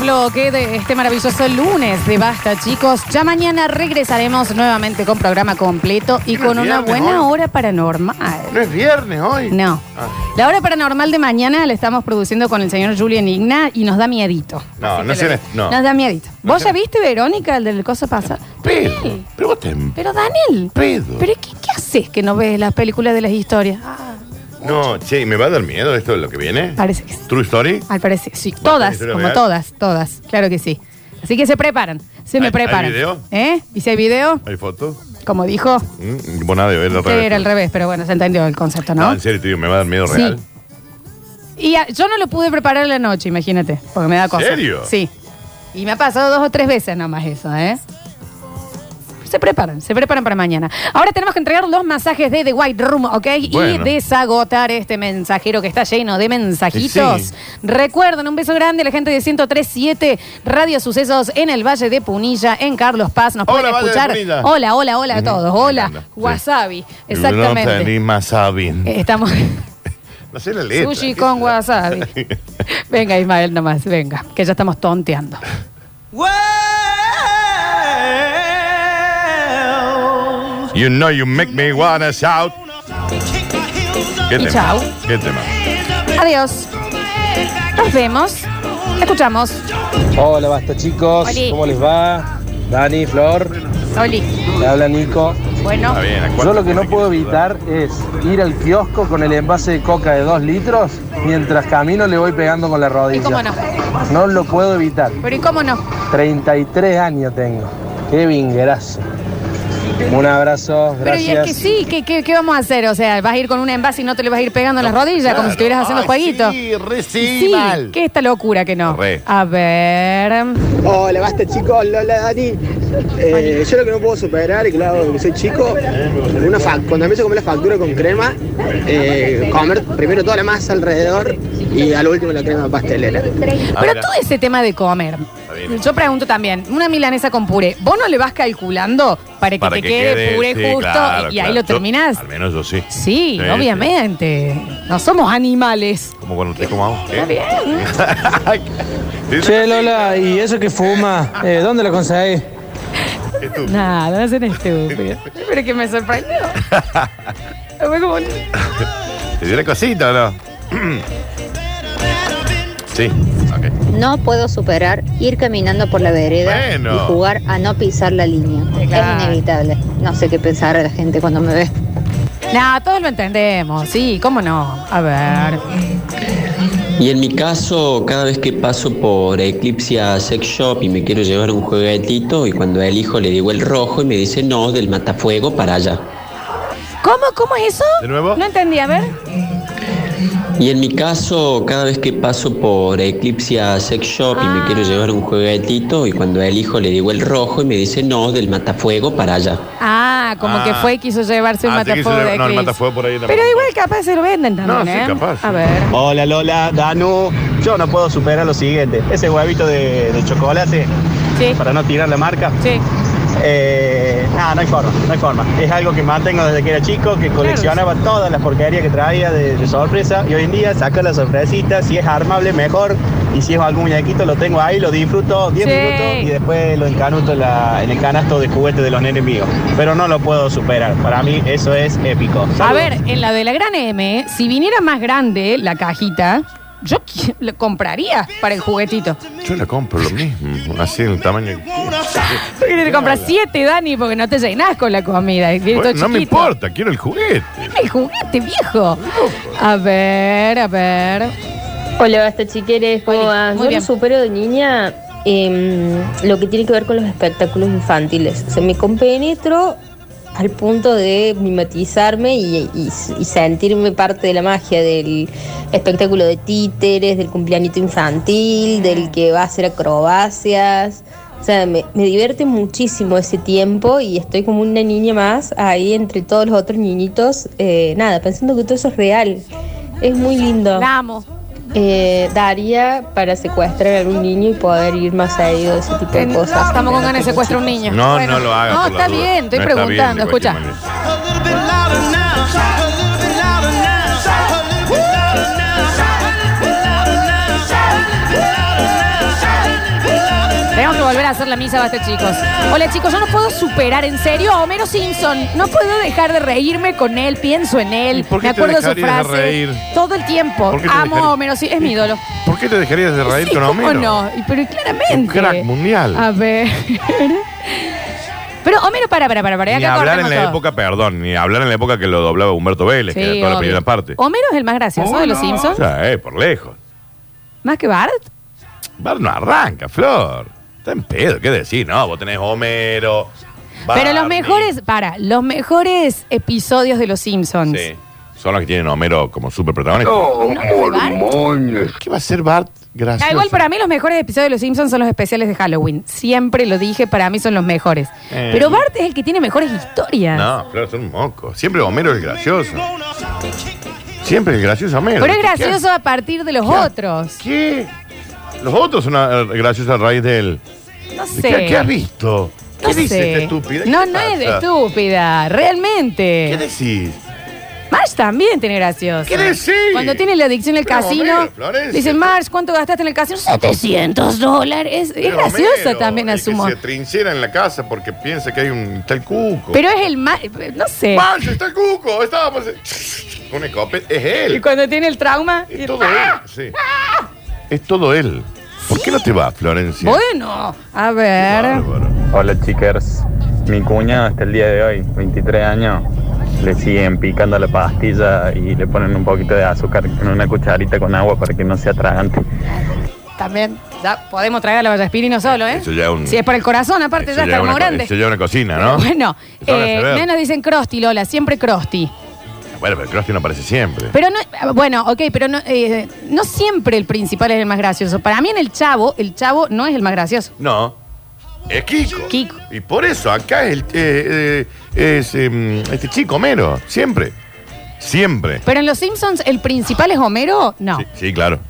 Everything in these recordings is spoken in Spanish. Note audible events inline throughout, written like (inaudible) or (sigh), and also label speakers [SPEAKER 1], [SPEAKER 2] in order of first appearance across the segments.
[SPEAKER 1] bloque de este maravilloso lunes de Basta, chicos. Ya mañana regresaremos nuevamente con programa completo y
[SPEAKER 2] No es
[SPEAKER 1] con una
[SPEAKER 2] viernes
[SPEAKER 1] buena
[SPEAKER 2] hoy.
[SPEAKER 1] hora paranormal.
[SPEAKER 2] No es viernes hoy.
[SPEAKER 1] No.
[SPEAKER 2] Ah,
[SPEAKER 1] La hora paranormal de mañana la estamos produciendo con el señor Julian Igna y nos da miedito.
[SPEAKER 2] No,
[SPEAKER 1] Así
[SPEAKER 2] no
[SPEAKER 1] que
[SPEAKER 2] se
[SPEAKER 1] lo-
[SPEAKER 2] ve, no.
[SPEAKER 1] Nos da miedito.
[SPEAKER 2] No
[SPEAKER 1] ¿Vos
[SPEAKER 2] se
[SPEAKER 1] ya
[SPEAKER 2] ve.
[SPEAKER 1] viste, Verónica, el del cosa pasa?
[SPEAKER 2] Pero,
[SPEAKER 1] Daniel,
[SPEAKER 2] pero vos te
[SPEAKER 1] Pero Daniel.
[SPEAKER 2] Pedo.
[SPEAKER 1] ¿Pero qué, qué haces que no ves las películas de las historias? Ah,
[SPEAKER 2] No, che, ¿y ¿me va a dar miedo esto de lo que viene?
[SPEAKER 1] parece que sí.
[SPEAKER 2] ¿True story?
[SPEAKER 1] Al parecer, sí.
[SPEAKER 2] Bueno,
[SPEAKER 1] Todas,
[SPEAKER 2] ¿historia
[SPEAKER 1] como
[SPEAKER 2] real?
[SPEAKER 1] todas, todas. Claro que sí. Así que se preparan, se me
[SPEAKER 2] ¿Hay-
[SPEAKER 1] preparan.
[SPEAKER 2] hay video?
[SPEAKER 1] ¿Eh? ¿Y si hay video?
[SPEAKER 2] ¿Hay fotos?
[SPEAKER 1] Como dijo,
[SPEAKER 2] Mm, bueno, nada de ver al revés.
[SPEAKER 1] era al revés, pero bueno, se entendió el concepto,
[SPEAKER 2] No,
[SPEAKER 1] ¿no?
[SPEAKER 2] en serio, te digo, me va a dar miedo
[SPEAKER 1] Sí.
[SPEAKER 2] real.
[SPEAKER 1] y ah, yo no lo pude preparar a la noche, imagínate, porque me da cosa.
[SPEAKER 2] serio?
[SPEAKER 1] Sí. Y me ha pasado dos o tres veces nomás eso, ¿eh? Se preparan, se preparan para mañana. Ahora tenemos que entregar los masajes de The White Room, ¿ok? Y
[SPEAKER 2] Bueno.
[SPEAKER 1] desagotar este mensajero que está lleno de mensajitos.
[SPEAKER 2] Sí.
[SPEAKER 1] Recuerden, un beso grande a la gente de 1037 Radio Sucesos en el Valle de Punilla, en Carlos Paz. Nos
[SPEAKER 2] Hola,
[SPEAKER 1] pueden
[SPEAKER 2] Valle de
[SPEAKER 1] escuchar.
[SPEAKER 2] Punilla.
[SPEAKER 1] Hola, hola, hola a
[SPEAKER 2] Ujú,
[SPEAKER 1] todos.
[SPEAKER 2] me
[SPEAKER 1] Hola,
[SPEAKER 2] encanta. Sí.
[SPEAKER 1] Wasabi.
[SPEAKER 2] No
[SPEAKER 1] Exactamente.
[SPEAKER 2] tenés más sabin.
[SPEAKER 1] Eh, Estamos.
[SPEAKER 2] No sé la letra.
[SPEAKER 1] Sushi con wasabi. Venga, Ismael, nomás, venga, que ya estamos tonteando.
[SPEAKER 3] Well,
[SPEAKER 2] (laughs) You know you make me wanna shout.
[SPEAKER 3] kick my heels up,
[SPEAKER 2] ¿Qué
[SPEAKER 1] Y
[SPEAKER 2] tema?
[SPEAKER 1] chau.
[SPEAKER 2] ¿Qué tema?
[SPEAKER 1] Adiós. Nos vemos. Escuchamos.
[SPEAKER 4] Hola, basta chicos.
[SPEAKER 1] Oli.
[SPEAKER 4] ¿Cómo les va? Dani, Flor,
[SPEAKER 1] Oli.
[SPEAKER 4] le habla Nico.
[SPEAKER 1] Bueno,
[SPEAKER 2] Está bien, ¿a cuánta
[SPEAKER 4] Yo lo que no
[SPEAKER 2] gente
[SPEAKER 4] puedo
[SPEAKER 2] quieres
[SPEAKER 4] evitar es ir al kiosco con el envase de coca de 2 litros mientras camino le voy pegando con la rodilla.
[SPEAKER 1] ¿y cómo no?
[SPEAKER 4] No lo puedo evitar.
[SPEAKER 1] Pero ¿y cómo no?
[SPEAKER 4] 33 años tengo. Qué vinguerazo. Un abrazo,
[SPEAKER 1] Pero y es que
[SPEAKER 4] gracias.
[SPEAKER 1] sí, ¿qué, qué, qué vamos a hacer? O sea, vas a ir con un envase y no te le vas a ir pegando en las rodillas como si estuvieras haciendo
[SPEAKER 2] Ay,
[SPEAKER 1] jueguito.
[SPEAKER 2] Sí, re sí,
[SPEAKER 1] Sí,
[SPEAKER 2] mal.
[SPEAKER 1] ¿qué esta locura que no?
[SPEAKER 2] Re.
[SPEAKER 1] A ver.
[SPEAKER 5] Hola, basta chicos, Lola, Dani. Eh, yo lo que no puedo superar, y claro, que soy chico, una fa- cuando empiezo a comer la factura con crema, eh, comer primero toda la masa alrededor y al último la crema pastelera.
[SPEAKER 2] Ah,
[SPEAKER 1] Pero
[SPEAKER 2] mira.
[SPEAKER 1] todo ese tema de comer.
[SPEAKER 2] bien.
[SPEAKER 1] Yo pregunto también, una milanesa con puré, ¿vos no le vas calculando para que
[SPEAKER 2] Para
[SPEAKER 1] te quede, puré
[SPEAKER 2] sí,
[SPEAKER 1] justo
[SPEAKER 2] claro,
[SPEAKER 1] y, y ahí
[SPEAKER 2] claro.
[SPEAKER 1] lo
[SPEAKER 2] Yo-
[SPEAKER 1] terminás?
[SPEAKER 2] al menos yo sí.
[SPEAKER 1] Sí,
[SPEAKER 2] Sí,
[SPEAKER 1] obviamente. No somos animales.
[SPEAKER 2] Como cuando te como agua.
[SPEAKER 1] Está bien.
[SPEAKER 2] Sí, (laughs) sí,
[SPEAKER 4] Che, Lola, ¿y eso que fuma? Eh, ¿Dónde lo conseguís?
[SPEAKER 2] sí, tú.
[SPEAKER 1] Nada, no hacen
[SPEAKER 2] (laughs)
[SPEAKER 1] estúpido. Pero que me sorprendió. Fue como un-
[SPEAKER 2] ¿Te dio la cosita o no? (clears throat) Sí, ok.
[SPEAKER 6] No puedo superar ir caminando por la vereda
[SPEAKER 2] Bueno.
[SPEAKER 6] y jugar a no pisar la línea.
[SPEAKER 1] Sí, claro.
[SPEAKER 6] Es inevitable. No sé qué pensar la gente cuando me ve.
[SPEAKER 1] Nah, todos lo entendemos, sí, cómo no. A ver.
[SPEAKER 7] Y en mi caso, cada vez que paso por Eclipse Sex Shop y me quiero llevar un juguetito, y cuando elijo le digo el rojo y me dice no, del matafuego para allá.
[SPEAKER 1] ¿Cómo, cómo es eso?
[SPEAKER 2] ¿De nuevo?
[SPEAKER 1] No entendí, a ver.
[SPEAKER 7] Y en mi caso, cada vez que paso por Eclipse Sex Shop y me quiero llevar un juguetito, y cuando elijo le digo el rojo y me dice no, del matafuego para allá.
[SPEAKER 1] Ah, como que
[SPEAKER 2] Ah.
[SPEAKER 1] fue y quiso llevarse un
[SPEAKER 2] Ah, sí, quiso
[SPEAKER 1] matafuego de
[SPEAKER 2] llevar- no, el
[SPEAKER 1] Eclipse.
[SPEAKER 2] matafuego por ahí en la
[SPEAKER 1] Pero
[SPEAKER 2] mano.
[SPEAKER 1] igual capaz se lo venden también,
[SPEAKER 2] No, sí,
[SPEAKER 1] ¿eh?
[SPEAKER 2] capaz.
[SPEAKER 1] A ver.
[SPEAKER 8] Hola Lola, Danu, yo no puedo superar lo siguiente, ese huevito de, de chocolate,
[SPEAKER 1] Sí,
[SPEAKER 8] para no tirar la marca,
[SPEAKER 1] sí.
[SPEAKER 8] eh, nada, no hay forma, no hay forma, es algo que mantengo desde que era chico, que coleccionaba todas las porquerías que traía de, de sorpresa, y hoy en día saco la sorpresita, si es armable mejor, y si es algún muñequito lo tengo ahí, lo disfruto 10
[SPEAKER 1] Sí.
[SPEAKER 8] minutos, y después lo encanuto en la- en el canasto de juguete de los nenes míos, pero no lo puedo superar, para mí eso es épico.
[SPEAKER 1] A
[SPEAKER 8] Saludos.
[SPEAKER 1] ver, en la de la gran M, ¿eh? si viniera más grande la cajita, yo qui- lo compraría para el juguetito.
[SPEAKER 2] Yo la compro lo mismo, así en el tamaño. que-
[SPEAKER 1] Tú quieres comprar siete, Dani, porque no te llenás con la comida. y quieres
[SPEAKER 2] Bueno,
[SPEAKER 1] todo
[SPEAKER 2] no me
[SPEAKER 1] chiquito.
[SPEAKER 2] importa, quiero el juguete.
[SPEAKER 1] El juguete, viejo. A ver, a ver.
[SPEAKER 9] Hola, basta chiqueres, ¿cómo
[SPEAKER 1] Oli,
[SPEAKER 9] vas?
[SPEAKER 1] muy
[SPEAKER 9] Yo
[SPEAKER 1] bien.
[SPEAKER 9] lo supero de niña em, lo que tiene que ver con los espectáculos infantiles. Se me compenetro al punto de mimetizarme y, y- y sentirme parte de la magia del espectáculo de títeres, del cumpleañito infantil, del que va a hacer acrobacias. O sea, me, me divierte muchísimo ese tiempo y estoy como una niña más ahí entre todos los otros niñitos. eh, nada, pensando que todo eso es real. Es muy lindo.
[SPEAKER 1] La amo.
[SPEAKER 9] Eh, daría para secuestrar a algún niño y poder ir más seguido de ese tipo de cosas.
[SPEAKER 1] Estamos con ganas de secuestrar a un niño.
[SPEAKER 2] No,
[SPEAKER 1] Bueno,
[SPEAKER 2] no lo hagas.
[SPEAKER 1] No,
[SPEAKER 2] por la
[SPEAKER 1] está
[SPEAKER 2] duda.
[SPEAKER 1] bien, estoy
[SPEAKER 2] No está bien,
[SPEAKER 1] preguntando.
[SPEAKER 2] de cualquier
[SPEAKER 1] Escucha.
[SPEAKER 2] manera.
[SPEAKER 3] a little bit louder now, a little bit louder now, a little bit louder now, a little bit louder now, a little bit louder now, a little bit louder now.
[SPEAKER 1] hacer la misa basta, chicos. Hola, chicos, yo no puedo superar en serio a Homero Simpson. No puedo dejar de reírme con él, pienso en
[SPEAKER 2] ¿Y
[SPEAKER 1] él,
[SPEAKER 2] por qué
[SPEAKER 1] me
[SPEAKER 2] te
[SPEAKER 1] acuerdo de su
[SPEAKER 2] dejarías de
[SPEAKER 1] frase.
[SPEAKER 2] reír?
[SPEAKER 1] Todo el tiempo.
[SPEAKER 2] ¿Por qué te
[SPEAKER 1] Amo
[SPEAKER 2] dejarías-
[SPEAKER 1] a Homero, sí, es mi ídolo.
[SPEAKER 2] ¿Por qué te dejarías de reír
[SPEAKER 1] Sí,
[SPEAKER 2] con
[SPEAKER 1] ¿cómo
[SPEAKER 2] Homero?
[SPEAKER 1] no? Y- Pero claramente.
[SPEAKER 2] Un crack mundial.
[SPEAKER 1] A ver. (laughs) Pero Homero, para, para, para, para.
[SPEAKER 2] Ni
[SPEAKER 1] acá
[SPEAKER 2] hablar en
[SPEAKER 1] cortemos
[SPEAKER 2] la
[SPEAKER 1] todo.
[SPEAKER 2] época, perdón, ni hablar en la época que lo doblaba Humberto Vélez, que
[SPEAKER 1] Sí,
[SPEAKER 2] era toda la
[SPEAKER 1] obvio.
[SPEAKER 2] primera parte.
[SPEAKER 1] Homero es el más gracioso de los Simpsons.
[SPEAKER 2] sea, eh, por lejos.
[SPEAKER 1] Más que Bart.
[SPEAKER 2] Bar no arranca, Flor. Está en pedo, ¿qué decir? No, vos tenés Homero.
[SPEAKER 1] Pero los
[SPEAKER 2] Barney.
[SPEAKER 1] mejores, para, los mejores episodios de los Simpsons.
[SPEAKER 2] Sí. Son los que tienen Homero como super protagonista.
[SPEAKER 1] ¿No fue Bart?
[SPEAKER 2] ¿Qué va a ser Bart? Gracias.
[SPEAKER 1] Ah, igual para mí los mejores episodios de Los Simpsons son los especiales de Halloween. Siempre lo dije, para mí son los mejores.
[SPEAKER 2] Eh.
[SPEAKER 1] Pero Bart es el que tiene mejores historias.
[SPEAKER 2] No, Flor, son un moco. Siempre Homero es el gracioso. Siempre el gracioso Homero.
[SPEAKER 1] Pero es
[SPEAKER 2] ¿Qué-
[SPEAKER 1] gracioso a partir de los
[SPEAKER 2] qué-
[SPEAKER 1] otros.
[SPEAKER 2] ¿Qué? Los otros son ah, graciosos a raíz de él.
[SPEAKER 1] No sé.
[SPEAKER 2] ¿Qué, qué has visto? ¿Qué
[SPEAKER 1] No
[SPEAKER 2] dices,
[SPEAKER 1] sé.
[SPEAKER 2] esta estúpida? ¿Qué
[SPEAKER 1] No,
[SPEAKER 2] te
[SPEAKER 1] no es de
[SPEAKER 2] pasa?
[SPEAKER 1] estúpida,
[SPEAKER 2] ¿Qué
[SPEAKER 1] realmente.
[SPEAKER 2] decís?
[SPEAKER 1] Marge también tiene gracioso.
[SPEAKER 2] ¿Qué decís?
[SPEAKER 1] Cuando tiene la adicción al
[SPEAKER 2] Pero
[SPEAKER 1] casino,
[SPEAKER 2] Homero, Florencia.
[SPEAKER 1] dice, Marge, ¿cuánto gastaste en el casino? 700 dólares. Es
[SPEAKER 2] Pero
[SPEAKER 1] graciosa
[SPEAKER 2] Homero,
[SPEAKER 1] también,
[SPEAKER 2] el que
[SPEAKER 1] asumo.
[SPEAKER 2] Se trinchera en la casa porque piensa que hay un tal cuco.
[SPEAKER 1] Pero eh. es el más, no sé.
[SPEAKER 2] ¡Pancho, está el cuco! Estábamos. Un escopete. Es
[SPEAKER 1] Y
[SPEAKER 2] él.
[SPEAKER 1] cuando tiene el trauma. y-
[SPEAKER 2] Es todo él. Sí. Es todo él. ¿Por qué no te vas, Florencia?
[SPEAKER 1] Bueno, a ver.
[SPEAKER 2] Bárbaro.
[SPEAKER 8] Hola chicas, mi cuña hasta el día de hoy, 23 años, le siguen picando la pastilla y le ponen un poquito de azúcar en una cucharita con agua para que no se atragante.
[SPEAKER 1] También, ya podemos traer a la Vallaspirino solo, ¿eh?
[SPEAKER 2] Eso ya es un-
[SPEAKER 1] Si es para el corazón, aparte
[SPEAKER 2] Eso
[SPEAKER 1] ya está
[SPEAKER 2] es una
[SPEAKER 1] como
[SPEAKER 2] co-
[SPEAKER 1] grande.
[SPEAKER 2] Eso ya es una cocina, ¿no?
[SPEAKER 1] (laughs) Bueno,
[SPEAKER 2] Eso van a
[SPEAKER 1] eh,
[SPEAKER 2] saber.
[SPEAKER 1] nenas dicen Crosti, Lola, siempre Crosti.
[SPEAKER 2] Bueno, pero Krusty no aparece siempre.
[SPEAKER 1] Pero no, bueno, ok, pero no, eh, no siempre el principal es el más gracioso. Para mí en el chavo, el chavo no es el más gracioso.
[SPEAKER 2] No. Es Kiko.
[SPEAKER 1] Kiko.
[SPEAKER 2] Y por eso acá es, el- eh, eh, es, em, este chico Homero. Siempre. Siempre.
[SPEAKER 1] Pero en Los Simpsons, ¿el principal es Homero? No.
[SPEAKER 2] Sí, sí, claro.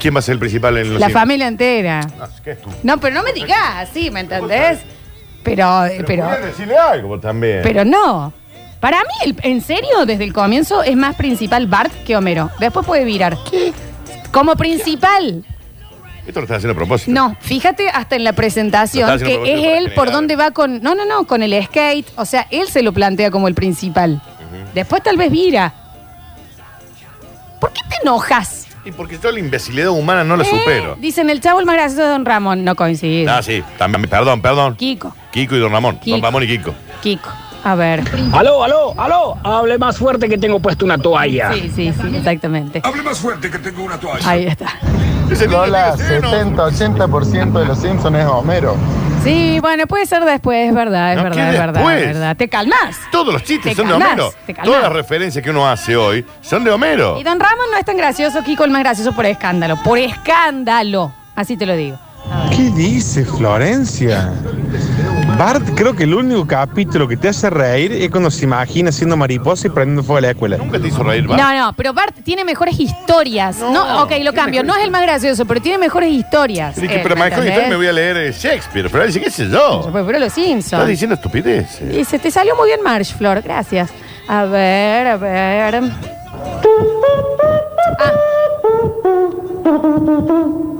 [SPEAKER 2] ¿Quién va a ser el principal en los
[SPEAKER 1] la Eh,
[SPEAKER 2] Simpsons?
[SPEAKER 1] familia entera.
[SPEAKER 2] Ah, ¿Qué es tú?
[SPEAKER 1] No, pero no me digas así, ¿me entendés? Pero, eh, pero,
[SPEAKER 2] podrías decirle algo vos también.
[SPEAKER 1] pero no. Para mí, el- en serio, desde el comienzo es más principal Bart que Homero. Después puede virar. Como principal.
[SPEAKER 2] Esto lo estás haciendo a propósito.
[SPEAKER 1] No, fíjate hasta en la
[SPEAKER 2] Lo está
[SPEAKER 1] presentación, que
[SPEAKER 2] haciendo
[SPEAKER 1] es
[SPEAKER 2] a propósito para
[SPEAKER 1] él por
[SPEAKER 2] generar.
[SPEAKER 1] dónde va con... No, no, no, con el skate. O sea, él se lo plantea como el principal. Después tal vez vira. ¿Por qué te enojas?
[SPEAKER 2] Y porque yo la imbecilidad humana no la
[SPEAKER 1] Eh,
[SPEAKER 2] supero.
[SPEAKER 1] Dicen, el chavo el más gracioso de Don Ramón. No coincide.
[SPEAKER 2] Ah, sí. También, perdón, perdón.
[SPEAKER 1] Kiko,
[SPEAKER 2] Kiko y Don Ramón.
[SPEAKER 1] Kiko.
[SPEAKER 2] Don Ramón y Kiko.
[SPEAKER 1] Kiko. A ver.
[SPEAKER 10] Aló, aló, aló. Hable más fuerte que tengo puesta una toalla.
[SPEAKER 1] Sí, sí, sí, exactamente.
[SPEAKER 11] Hable más fuerte que tengo una toalla.
[SPEAKER 1] Ahí está.
[SPEAKER 2] Hola, 70.
[SPEAKER 4] 80% de los Simpsons es Homero.
[SPEAKER 1] Sí, bueno, puede ser después, es verdad, es
[SPEAKER 2] No,
[SPEAKER 1] verdad,
[SPEAKER 2] ¿qué
[SPEAKER 1] es verdad, es
[SPEAKER 2] después?
[SPEAKER 1] verdad. Te calmas.
[SPEAKER 2] Todos los
[SPEAKER 1] Te
[SPEAKER 2] chistes son
[SPEAKER 1] calmás,
[SPEAKER 2] de Homero.
[SPEAKER 1] te calmás.
[SPEAKER 2] Todas las referencias que uno hace hoy son de Homero.
[SPEAKER 1] Y Don Ramón no es tan gracioso, Kiko el más gracioso por escándalo. Por escándalo. Así te lo digo.
[SPEAKER 4] ¿Qué dice Florencia? Bart, creo que el único capítulo que te hace reír es cuando se imagina siendo mariposa y prendiendo fuego a la escuela.
[SPEAKER 2] Nunca te hizo reír, ¿va?
[SPEAKER 1] No, no, pero Bart tiene mejores historias. No, ok, lo cambio. No es el más gracioso, pero tiene mejores historias.
[SPEAKER 2] Así que,
[SPEAKER 1] Eh,
[SPEAKER 2] pero
[SPEAKER 1] ¿me
[SPEAKER 2] mejor que tal me
[SPEAKER 1] entendés?
[SPEAKER 2] voy a leer eh, Shakespeare. Pero él dice, ¿qué sé yo?
[SPEAKER 1] Pero, pero los
[SPEAKER 2] Estás
[SPEAKER 1] Simpsons.
[SPEAKER 2] diciendo estupidez.
[SPEAKER 1] Y se te salió muy bien Marsh, Flor. Gracias. A ver, a ver. Ah.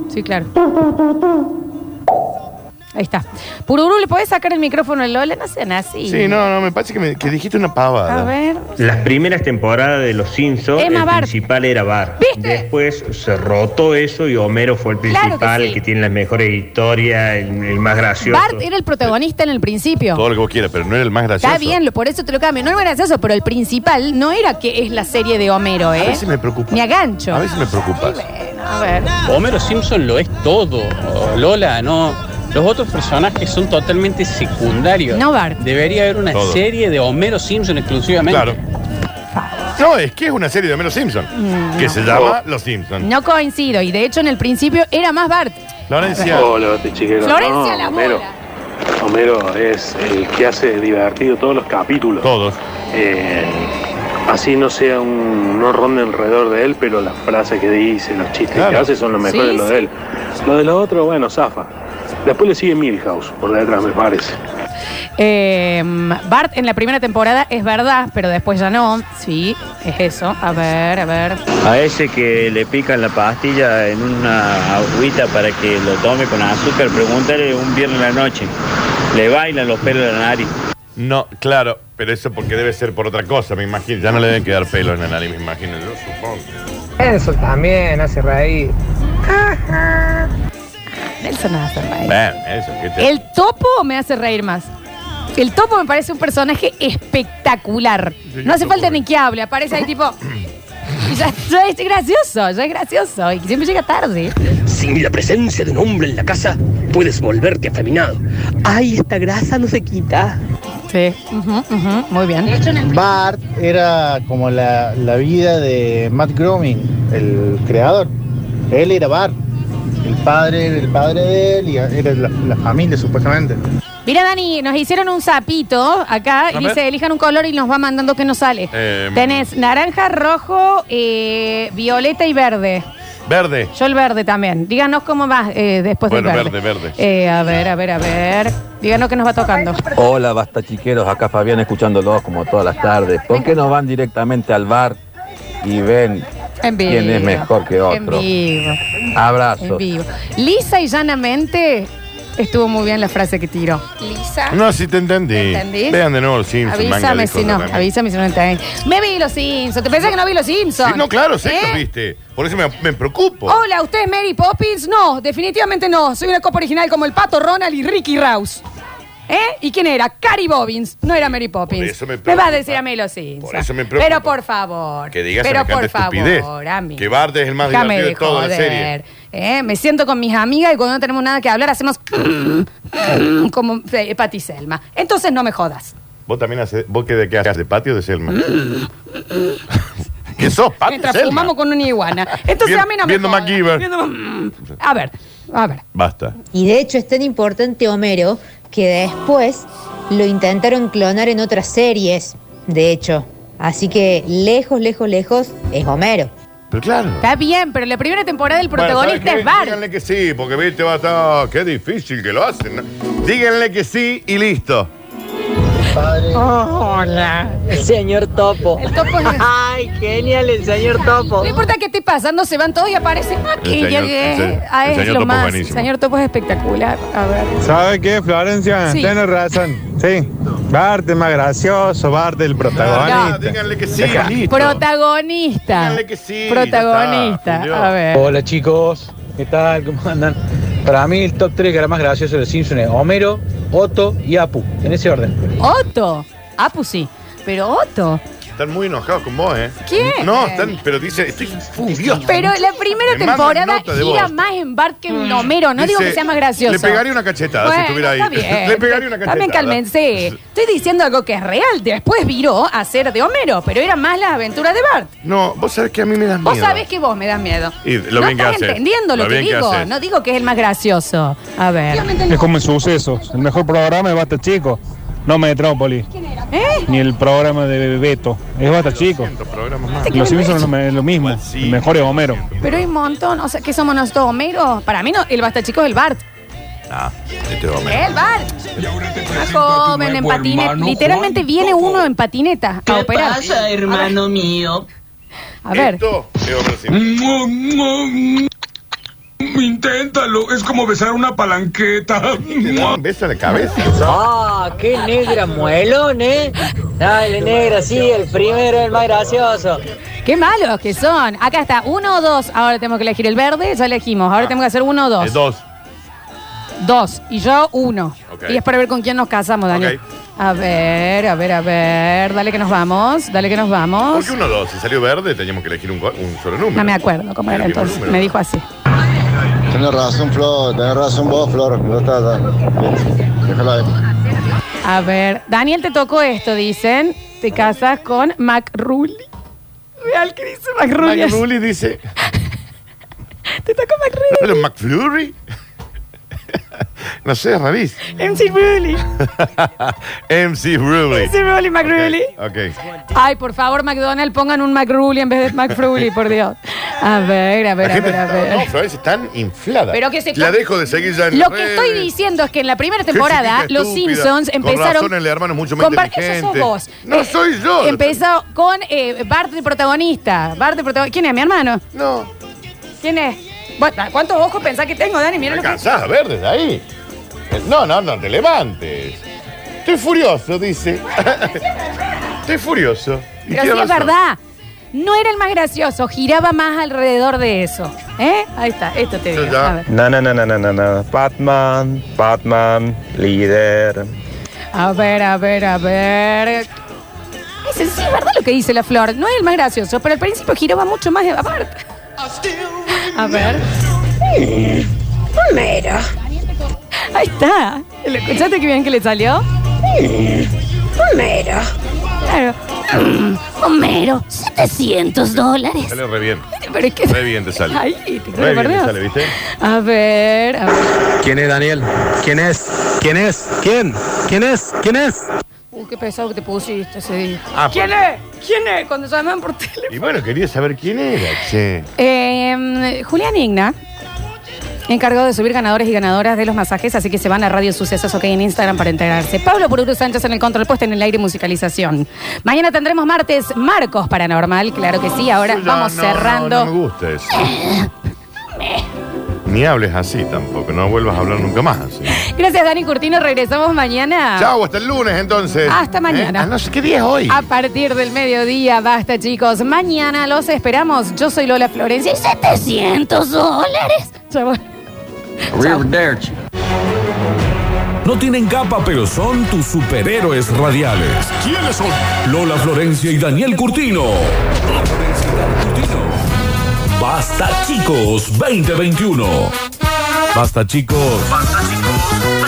[SPEAKER 1] Sí, claro. Ahí está. Pururú, ¿le podés sacar el micrófono al Lola? No sean así.
[SPEAKER 2] Sí, no, no, me parece que, me- que dijiste una pavada.
[SPEAKER 1] A ver.
[SPEAKER 10] Las primeras temporadas de Los Simpsons,
[SPEAKER 1] Emma
[SPEAKER 10] el
[SPEAKER 1] Bart.
[SPEAKER 10] principal era Bar.
[SPEAKER 1] ¿Viste?
[SPEAKER 10] Después se rotó eso y Homero fue el
[SPEAKER 1] Claro que
[SPEAKER 10] principal,
[SPEAKER 1] sí.
[SPEAKER 10] el que tiene las mejores historias, el, el más gracioso.
[SPEAKER 1] Bart era el protagonista en el principio.
[SPEAKER 2] Todo lo que vos quieras, pero no era el más gracioso.
[SPEAKER 1] Está bien, lo- por eso te lo cambio. No era gracioso, pero el principal no era que es la serie de Homero, ¿eh?
[SPEAKER 2] A veces me preocupa.
[SPEAKER 1] Ni a gancho.
[SPEAKER 2] A veces me preocupas.
[SPEAKER 1] Bueno, a ver.
[SPEAKER 7] Homero Simpson lo es todo. Lola, no. Los otros personajes son totalmente secundarios.
[SPEAKER 1] No, Bart.
[SPEAKER 7] Debería haber una
[SPEAKER 2] Todo.
[SPEAKER 7] serie de Homero Simpson exclusivamente.
[SPEAKER 2] Claro. No, es que es una serie de Homero Simpson.
[SPEAKER 1] Mm,
[SPEAKER 2] que se llama Los Simpsons.
[SPEAKER 1] No coincido. Y de hecho, en el principio era más Bart.
[SPEAKER 2] Florencia.
[SPEAKER 8] Hola, chiquero.
[SPEAKER 1] Florencia la
[SPEAKER 8] Homero.
[SPEAKER 1] bola.
[SPEAKER 8] Homero es el que hace divertido todos los capítulos.
[SPEAKER 2] Todos.
[SPEAKER 8] Eh, así no sea un no ronde alrededor de él, pero las frases que dice, los chistes que
[SPEAKER 2] Claro.
[SPEAKER 8] hace son los mejores
[SPEAKER 1] Sí,
[SPEAKER 8] de lo
[SPEAKER 1] sí.
[SPEAKER 8] de él. Lo de los otros, bueno, zafa. Después le sigue Milhouse, por detrás me parece.
[SPEAKER 1] Eh, Bart en la primera temporada es verdad, pero después ya no. Sí, es eso. A ver, a ver.
[SPEAKER 12] A ese que le pican la pastilla en una agüita para que lo tome con azúcar, pregúntale un viernes en la noche. Le bailan los pelos de la nariz.
[SPEAKER 2] No, claro, pero eso porque debe ser por otra cosa, me imagino. Ya no le deben quedar pelos en la nariz, me imagino, yo supongo.
[SPEAKER 13] Eso también hace reír.
[SPEAKER 1] Nelson no hace reír.
[SPEAKER 2] Bueno, eso, ¿qué te-
[SPEAKER 1] El topo me hace reír más. El topo me parece un personaje espectacular.
[SPEAKER 2] Sí,
[SPEAKER 1] No hace
[SPEAKER 2] topo,
[SPEAKER 1] falta ni que hable, aparece ahí tipo. y Ya, ya es gracioso, ya es gracioso. Y siempre llega tarde.
[SPEAKER 14] Sin la presencia de un hombre en la casa, puedes volverte afeminado.
[SPEAKER 1] Ay, esta grasa no se quita. Sí, ujú, ujú, muy bien.
[SPEAKER 15] Bart era como la, la vida de Matt Groening, el creador. Él era Bart. El padre era el padre de él y era la, la familia, supuestamente.
[SPEAKER 1] Mira, Dani, nos hicieron un sapito acá
[SPEAKER 15] A
[SPEAKER 1] y dice,
[SPEAKER 15] ver.
[SPEAKER 1] elijan un color y nos va mandando que nos sale.
[SPEAKER 2] Eh,
[SPEAKER 1] Tenés naranja, rojo, eh, violeta y verde.
[SPEAKER 2] Verde.
[SPEAKER 1] Yo el verde también. Díganos cómo va eh, después
[SPEAKER 16] Bueno,
[SPEAKER 1] del verde.
[SPEAKER 16] verde, verde.
[SPEAKER 1] Eh, a ver, a ver, a ver. Díganos qué nos va tocando.
[SPEAKER 16] Hola, basta chiqueros, acá Fabián escuchándolos como todas las tardes. ¿Por qué no van directamente al bar y ven
[SPEAKER 1] En vivo.
[SPEAKER 16] quién es mejor que
[SPEAKER 1] En
[SPEAKER 16] otro?
[SPEAKER 1] vivo. En
[SPEAKER 16] Abrazo.
[SPEAKER 1] vivo. Lisa y llanamente estuvo muy bien la frase que tiró. Lisa.
[SPEAKER 2] No, sí te entendí.
[SPEAKER 1] Ah. ¿Entendí?
[SPEAKER 2] Vean de nuevo los Simpsons. manga
[SPEAKER 1] Avísame
[SPEAKER 2] de
[SPEAKER 1] si no,
[SPEAKER 2] cosas también.
[SPEAKER 1] avísame si no entendí. Me vi los Simpsons. ¿Te pensás que no vi los Simpsons?
[SPEAKER 2] Sí, no, claro, sé
[SPEAKER 1] ¿Eh?
[SPEAKER 2] que viste. Por eso me, me preocupo.
[SPEAKER 1] Hola, ¿usted es Mary Poppins? No, definitivamente no. Soy una copa original como el Pato Ronald y Ricky Rouse. ¿Eh? ¿Y quién era? Cari Bobbins. No era Mary Poppins.
[SPEAKER 2] eso me
[SPEAKER 1] me
[SPEAKER 2] preocupa.
[SPEAKER 1] va a decir a mí los Simpsons.
[SPEAKER 2] Por eso me preocupa.
[SPEAKER 1] Pero por favor.
[SPEAKER 2] Que digas
[SPEAKER 1] Pero por
[SPEAKER 2] semejante estupidez.
[SPEAKER 1] favor, amigo.
[SPEAKER 2] Que Bart es el más
[SPEAKER 1] Déjame
[SPEAKER 2] divertido
[SPEAKER 1] de
[SPEAKER 2] de toda la
[SPEAKER 1] joder.
[SPEAKER 2] serie.
[SPEAKER 1] ¿Eh? Me siento con mis amigas y cuando no tenemos nada que hablar
[SPEAKER 2] (laughs)
[SPEAKER 1] hacemos como eh, Pati Selma. Entonces no me jodas.
[SPEAKER 2] Vos también haces, vos que de qué haces, de patio o de Selma. (laughs) ¿Qué sos, patio?
[SPEAKER 1] Mientras
[SPEAKER 2] Selma?
[SPEAKER 1] fumamos con una iguana. Entonces
[SPEAKER 2] Bien-
[SPEAKER 1] a mí no me
[SPEAKER 2] viendo
[SPEAKER 1] jodas.
[SPEAKER 2] MacGyver.
[SPEAKER 1] Viendo- mm. A ver, a ver.
[SPEAKER 2] Basta.
[SPEAKER 6] Y de hecho es tan importante Homero que después lo intentaron clonar en otras series, de hecho. Así que lejos, lejos, lejos es Homero.
[SPEAKER 2] Pero claro.
[SPEAKER 1] Está bien, pero la primera temporada el
[SPEAKER 2] Bueno,
[SPEAKER 1] protagonista
[SPEAKER 2] ¿saben qué?
[SPEAKER 1] es Bart.
[SPEAKER 2] Díganle que sí, porque viste, va a estar. "Ah, Qué difícil que lo hacen. ¿no? Díganle que sí y listo.
[SPEAKER 17] Hola, señor Topo.
[SPEAKER 1] El topo
[SPEAKER 17] Ay, genial el señor Topo.
[SPEAKER 1] No importa qué esté pasando, se van todos y aparece. Ah,
[SPEAKER 4] El
[SPEAKER 1] que
[SPEAKER 4] señor-
[SPEAKER 1] llegué.
[SPEAKER 4] el se-
[SPEAKER 1] Ah,
[SPEAKER 4] el
[SPEAKER 1] es
[SPEAKER 4] señor
[SPEAKER 1] lo
[SPEAKER 4] Topo
[SPEAKER 1] más.
[SPEAKER 4] es buenísimo.
[SPEAKER 1] El señor Topo es espectacular. A ver.
[SPEAKER 4] ¿Sabe qué, Florencia?
[SPEAKER 1] Sí.
[SPEAKER 4] Tienes razón. Sí. Bart es más gracioso, Bart es el protagonista.
[SPEAKER 1] No,
[SPEAKER 2] díganle que
[SPEAKER 4] sí, listo.
[SPEAKER 1] Protagonista.
[SPEAKER 4] Díganle
[SPEAKER 2] que sí.
[SPEAKER 1] Protagonista. A ver.
[SPEAKER 18] Hola chicos, ¿qué tal? ¿Cómo andan? Para mí el top 3 que era más gracioso de los Simpsons es Homero, Otto y Apu, en ese orden.
[SPEAKER 1] Otto. Ah, pues sí. Pero Otto.
[SPEAKER 2] Están muy enojados con vos, ¿eh?
[SPEAKER 1] ¿Quién?
[SPEAKER 2] No, están, pero dice, estoy furioso.
[SPEAKER 1] Pero la primera
[SPEAKER 2] Me mandan
[SPEAKER 1] temporada
[SPEAKER 2] nota de
[SPEAKER 1] gira
[SPEAKER 2] voz. Mm.
[SPEAKER 1] más en Bart que en Homero. No digo
[SPEAKER 2] Dice,
[SPEAKER 1] que sea más gracioso.
[SPEAKER 2] Le pegaría una cachetada
[SPEAKER 1] Bueno,
[SPEAKER 2] si estuviera ahí.
[SPEAKER 1] está bien.
[SPEAKER 2] (laughs) le pegaría una cachetada.
[SPEAKER 1] También cálmense. Estoy diciendo algo que es real. Después viró a ser de Homero, pero era más la aventura de Bart.
[SPEAKER 2] No, vos sabés que a mí me das miedo.
[SPEAKER 1] Vos sabés que vos me das miedo.
[SPEAKER 2] Y lo
[SPEAKER 1] no
[SPEAKER 2] bien que
[SPEAKER 1] estás
[SPEAKER 2] haces.
[SPEAKER 1] entendiendo lo,
[SPEAKER 2] Lo
[SPEAKER 1] que
[SPEAKER 2] bien que
[SPEAKER 1] digo.
[SPEAKER 2] haces.
[SPEAKER 1] no digo que es el más gracioso. A ver.
[SPEAKER 19] Es como en sucesos. El mejor programa es Basta Chico, no Metrópoli.
[SPEAKER 1] ¿Eh?
[SPEAKER 19] Ni el programa de Beto. Es Basta Chico. Los Simpsons no es lo mismo. El mejor es Homero.
[SPEAKER 1] Pero hay un montón. O sea, ¿qué somos nosotros, Homero? Para mí no, el basta chico es el Bart.
[SPEAKER 2] Ah, este es Homero.
[SPEAKER 1] El Bart. Más joven, en
[SPEAKER 2] nuevo
[SPEAKER 1] patineta.
[SPEAKER 2] hermano,
[SPEAKER 1] Literalmente viene uno en patineta a operar.
[SPEAKER 17] pasa, hermano mío?
[SPEAKER 1] A ver.
[SPEAKER 2] Esto es Homero Simpson.
[SPEAKER 11] Inténtalo, es como besar una palanqueta.
[SPEAKER 2] Besa la cabeza.
[SPEAKER 17] Ah, qué negra muelón, ¿eh? Dale, negra, sí, el primero, el más gracioso.
[SPEAKER 1] Qué malos que son. Acá está, uno o dos. Ahora tenemos que elegir el verde, ya elegimos.
[SPEAKER 2] Ah.
[SPEAKER 1] Ahora tenemos que hacer uno o dos.
[SPEAKER 2] Es dos.
[SPEAKER 1] Dos. Y yo uno.
[SPEAKER 2] Ok.
[SPEAKER 1] Y es para ver con quién nos casamos, Daniel. A ver, a ver, a ver. Dale que nos vamos. Dale que nos vamos.
[SPEAKER 2] Porque uno o dos, si salió verde, teníamos que elegir un, go- un solo número.
[SPEAKER 1] No me acuerdo cómo era
[SPEAKER 2] El mismo
[SPEAKER 1] entonces.
[SPEAKER 2] número.
[SPEAKER 1] Me dijo así.
[SPEAKER 20] Tienes razón, Flor, tenés razón vos, Flor. No está, está. Déjalo ahí.
[SPEAKER 1] A ver, Daniel, te tocó esto, dicen. Te casas con Mac Rulli. Real que dice Mac Rulli.
[SPEAKER 2] Mac Rulli dice.
[SPEAKER 1] Te tocó Mac
[SPEAKER 2] Pero McFlurry. (laughs) No sé, es rarísimo.
[SPEAKER 1] MC Rulli.
[SPEAKER 2] (laughs) MC Rulli.
[SPEAKER 1] MC Rulli, McRulli.
[SPEAKER 2] Ok.
[SPEAKER 1] Ay, por favor, McDonald's, pongan un McRulli en vez de McFrully, por Dios. A ver, a ver,
[SPEAKER 2] La
[SPEAKER 1] a
[SPEAKER 2] gente
[SPEAKER 1] ver, a
[SPEAKER 2] está, no,
[SPEAKER 1] ver.
[SPEAKER 2] Flores, están infladas.
[SPEAKER 1] Pero que se
[SPEAKER 2] La
[SPEAKER 1] com-
[SPEAKER 2] dejo de seguir ya en
[SPEAKER 1] Lo
[SPEAKER 2] las
[SPEAKER 1] que
[SPEAKER 2] redes.
[SPEAKER 1] estoy diciendo es que en la primera
[SPEAKER 2] Qué
[SPEAKER 1] temporada
[SPEAKER 2] chiquita
[SPEAKER 1] los
[SPEAKER 2] estúpida.
[SPEAKER 1] Simpsons
[SPEAKER 2] Con
[SPEAKER 1] empezaron...
[SPEAKER 2] razón, el hermano es mucho más
[SPEAKER 1] Compar-
[SPEAKER 2] inteligente.
[SPEAKER 1] Eso sos vos.
[SPEAKER 2] No
[SPEAKER 1] Eh,
[SPEAKER 2] soy yo.
[SPEAKER 1] Empezó con eh, Bart de protagonista. Bart de protagonista. ¿Quién es, mi hermano?
[SPEAKER 2] No.
[SPEAKER 1] ¿Quién es? Bueno, ¿Cuántos ojos pensás que tengo, Dani? Mira
[SPEAKER 2] Me
[SPEAKER 1] lo que...
[SPEAKER 2] cansás a ver desde ahí. Eh, No, no, no te levantes. Estoy furioso, dice. (laughs) Estoy furioso. Y
[SPEAKER 1] Pero sí
[SPEAKER 2] tiene
[SPEAKER 1] es
[SPEAKER 2] razón.
[SPEAKER 1] verdad. No era el más gracioso, giraba más alrededor de eso. ¿Eh? Ahí está, esto te digo. A ver.
[SPEAKER 21] Na, na, na, na, na, na, na. Batman, Batman, líder.
[SPEAKER 1] A ver, a ver, a ver. Ese sí, es verdad lo que dice la flor. No es el más gracioso, pero al principio giraba mucho más de aparte. A ver. Homero. Ahí está. ¿Lo escuchaste qué bien que le salió? Homero. Claro. Homero, 700 dólares.
[SPEAKER 2] Sale re bien.
[SPEAKER 1] Pero es que-
[SPEAKER 2] Re bien te
[SPEAKER 1] (laughs)
[SPEAKER 2] sale.
[SPEAKER 1] Ahí, te creo,
[SPEAKER 2] Re
[SPEAKER 1] por
[SPEAKER 2] bien te
[SPEAKER 1] Dios.
[SPEAKER 2] sale, ¿viste?
[SPEAKER 1] A ver, a ver.
[SPEAKER 22] ¿Quién es Daniel? ¿Quién es? ¿Quién es? ¿Quién? ¿Quién es? ¿Quién es?
[SPEAKER 1] Uh, qué pesado que te pusiste ese día.
[SPEAKER 2] Ah,
[SPEAKER 1] ¿Quién
[SPEAKER 2] por-
[SPEAKER 1] es? ¿Quién es? Cuando llaman por teléfono.
[SPEAKER 2] Y bueno, quería saber quién era, che.
[SPEAKER 1] Eh, Julián Igna, encargado de subir ganadores y ganadoras de los masajes, así que se van a Radio Sucesos OK en Instagram para enterarse. Pablo Pururu Sánchez en el control puesto en el aire y musicalización. Mañana tendremos martes Marcos Paranormal, claro que sí. Ahora
[SPEAKER 2] Yo ya
[SPEAKER 1] vamos
[SPEAKER 2] no-
[SPEAKER 1] cerrando.
[SPEAKER 2] No, no me gusta eso. Ni hables así tampoco, no vuelvas a hablar nunca más así.
[SPEAKER 1] Gracias, Dani Curtino. Regresamos mañana.
[SPEAKER 2] Chau, hasta el lunes entonces.
[SPEAKER 1] Ah. Hasta mañana.
[SPEAKER 2] ¿Eh? Ah, no sé qué día es hoy.
[SPEAKER 1] A partir del mediodía, basta, chicos. Mañana los esperamos. Yo soy Lola Florencia. y 700 dólares. Chau.
[SPEAKER 23] No tienen capa, pero son tus superhéroes radiales. ¿Quiénes son? Lola Florencia y Daniel Curtino. Basta, chicos, 2021. Basta, chicos. Basta, chicos.